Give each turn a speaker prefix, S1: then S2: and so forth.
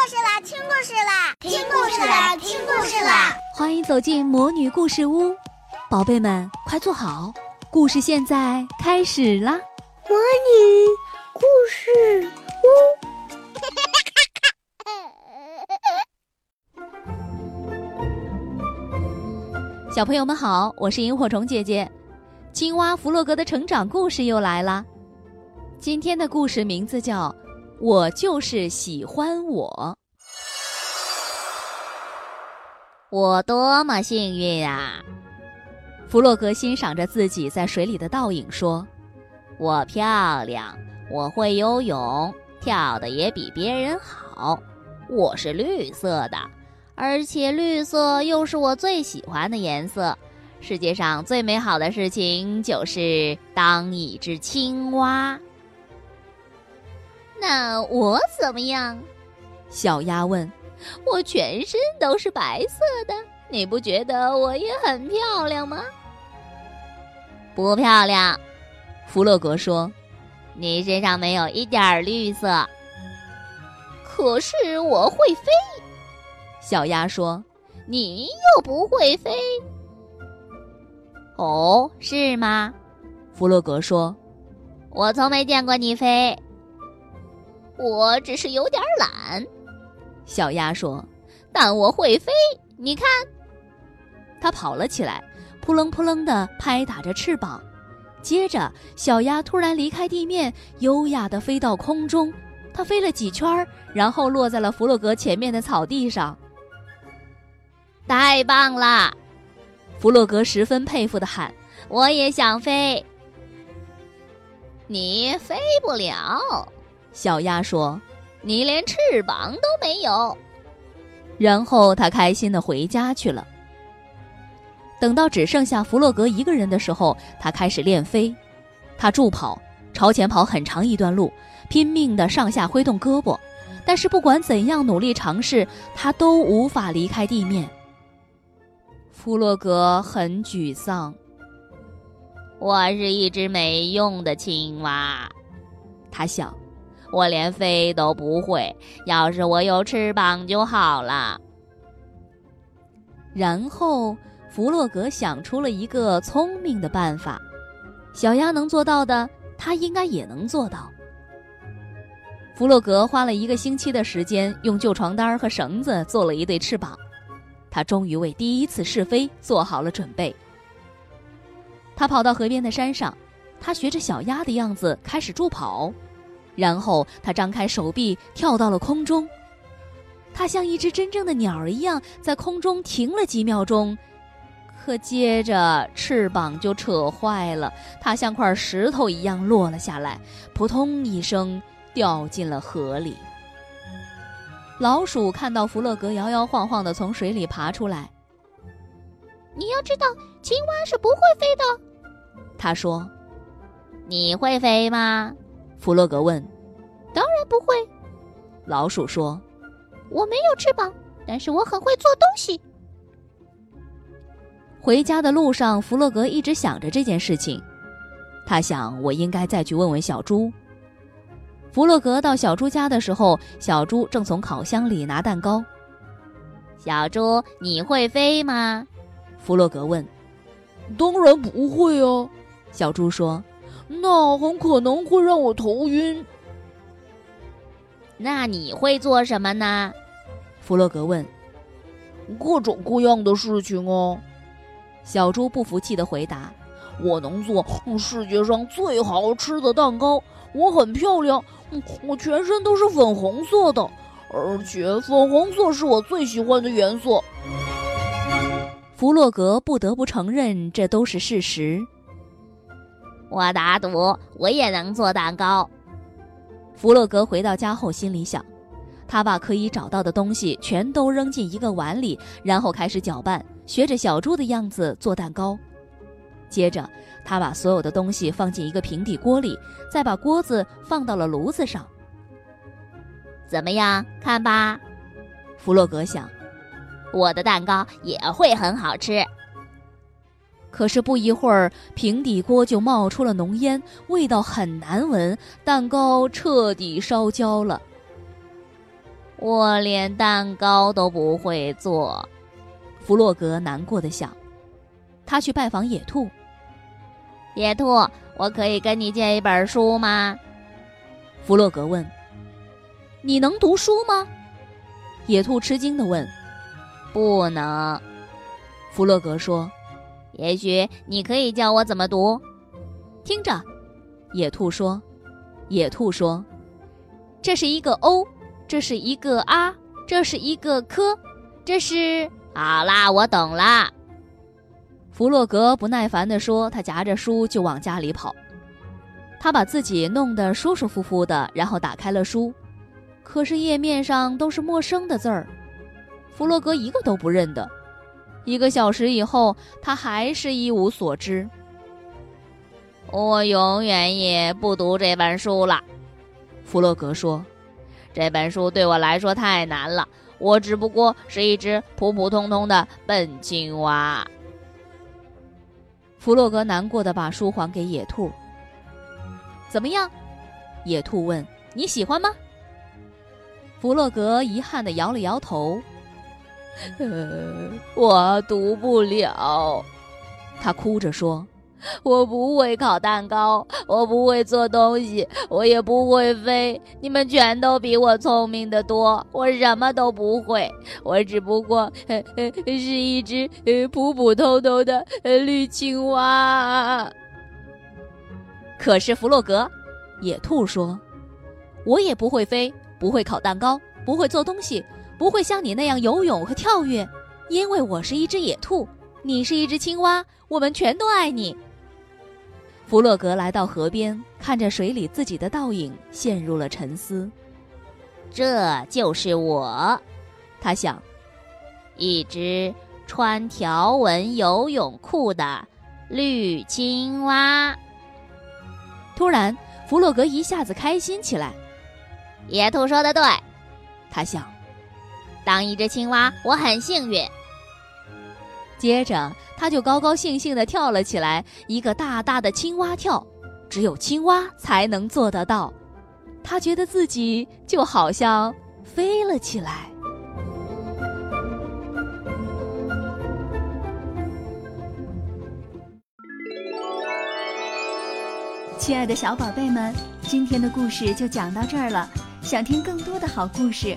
S1: 听故事啦！听故事啦！听故事啦！
S2: 欢迎走进魔女故事屋，宝贝们快坐好，故事现在开始啦！
S3: 魔女故事屋，
S2: 小朋友们好，我是萤火虫姐姐。青蛙弗洛格的成长故事又来啦。今天的故事名字叫《我就是喜欢我》。我多么幸运啊！弗洛格欣赏着自己在水里的倒影，说：“我漂亮，我会游泳，跳的也比别人好。我是绿色的，而且绿色又是我最喜欢的颜色。世界上最美好的事情就是当一只青蛙。”那我怎么样？小鸭问。我全身都是白色的，你不觉得我也很漂亮吗？不漂亮，弗洛格说，你身上没有一点儿绿色。可是我会飞，小鸭说，你又不会飞。哦，是吗？弗洛格说，我从没见过你飞，我只是有点懒。小鸭说：“但我会飞，你看。”它跑了起来，扑棱扑棱地拍打着翅膀。接着，小鸭突然离开地面，优雅地飞到空中。它飞了几圈儿，然后落在了弗洛格前面的草地上。太棒了！弗洛格十分佩服地喊：“我也想飞。”你飞不了，小鸭说。你连翅膀都没有。然后他开心的回家去了。等到只剩下弗洛格一个人的时候，他开始练飞。他助跑，朝前跑很长一段路，拼命的上下挥动胳膊，但是不管怎样努力尝试，他都无法离开地面。弗洛格很沮丧。我是一只没用的青蛙，他想。我连飞都不会，要是我有翅膀就好了。然后，弗洛格想出了一个聪明的办法，小鸭能做到的，它应该也能做到。弗洛格花了一个星期的时间，用旧床单和绳子做了一对翅膀，他终于为第一次试飞做好了准备。他跑到河边的山上，他学着小鸭的样子开始助跑。然后他张开手臂，跳到了空中。他像一只真正的鸟儿一样，在空中停了几秒钟，可接着翅膀就扯坏了，它像块石头一样落了下来，扑通一声掉进了河里。老鼠看到弗洛格摇摇晃晃地从水里爬出来，
S4: 你要知道，青蛙是不会飞的。
S2: 他说：“你会飞吗？”弗洛格问：“
S4: 当然不会。”
S2: 老鼠说：“
S4: 我没有翅膀，但是我很会做东西。”
S2: 回家的路上，弗洛格一直想着这件事情。他想：“我应该再去问问小猪。”弗洛格到小猪家的时候，小猪正从烤箱里拿蛋糕。“小猪，你会飞吗？”弗洛格问。
S5: “当然不会哦、啊。”
S2: 小猪说。
S5: 那很可能会让我头晕。
S2: 那你会做什么呢？弗洛格问。
S5: 各种各样的事情哦、啊，
S2: 小猪不服气的回答。
S5: 我能做世界上最好吃的蛋糕，我很漂亮，嗯我全身都是粉红色的，而且粉红色是我最喜欢的颜色。
S2: 弗洛格不得不承认，这都是事实。我打赌，我也能做蛋糕。弗洛格回到家后，心里想：他把可以找到的东西全都扔进一个碗里，然后开始搅拌，学着小猪的样子做蛋糕。接着，他把所有的东西放进一个平底锅里，再把锅子放到了炉子上。怎么样？看吧，弗洛格想，我的蛋糕也会很好吃。可是不一会儿，平底锅就冒出了浓烟，味道很难闻，蛋糕彻底烧焦了。我连蛋糕都不会做。”弗洛格难过的想。他去拜访野兔。
S4: 野兔，我可以跟你借一本书吗？
S2: 弗洛格问：“你能读书吗？”野兔吃惊的问：“
S4: 不能。”
S2: 弗洛格说：“
S4: 也许你可以教我怎么读。”
S2: 听着，野兔说：“野兔说，这是一个 o，这是一个 r，这是一个 k，这是……
S4: 好啦，我懂啦。”
S2: 弗洛格不耐烦地说：“他夹着书就往家里跑。”他把自己弄得舒舒服服的，然后打开了书，可是页面上都是陌生的字儿，弗洛格一个都不认得。一个小时以后，他还是一无所知。
S4: 我永远也不读这本书了，
S2: 弗洛格说：“
S4: 这本书对我来说太难了，我只不过是一只普普通通的笨青蛙。”
S2: 弗洛格难过的把书还给野兔。怎么样？野兔问：“你喜欢吗？”弗洛格遗憾的摇了摇头。
S5: 呃，我读不了，
S2: 他哭着说：“
S5: 我不会烤蛋糕，我不会做东西，我也不会飞。你们全都比我聪明的多，我什么都不会。我只不过呃呃是一只呃普普通通的呃绿青蛙。”
S2: 可是弗洛格，野兔说：“我也不会飞，不会烤蛋糕，不会做东西，不会像你那样游泳和跳跃，因为我是一只野兔，你是一只青蛙，我们全都爱你。”弗洛格来到河边，看着水里自己的倒影，陷入了沉思。
S4: 这就是我，
S2: 他想，
S4: 一只穿条纹游泳裤的绿青蛙。
S2: 突然，弗洛格一下子开心起来。
S4: 野兔说的对，
S2: 他想，
S4: 当一只青蛙，我很幸运。
S2: 接着，他就高高兴兴地跳了起来，一个大大的青蛙跳，只有青蛙才能做得到。他觉得自己就好像飞了起来。
S6: 亲爱的小宝贝们，今天的故事就讲到这儿了。想听更多的好故事，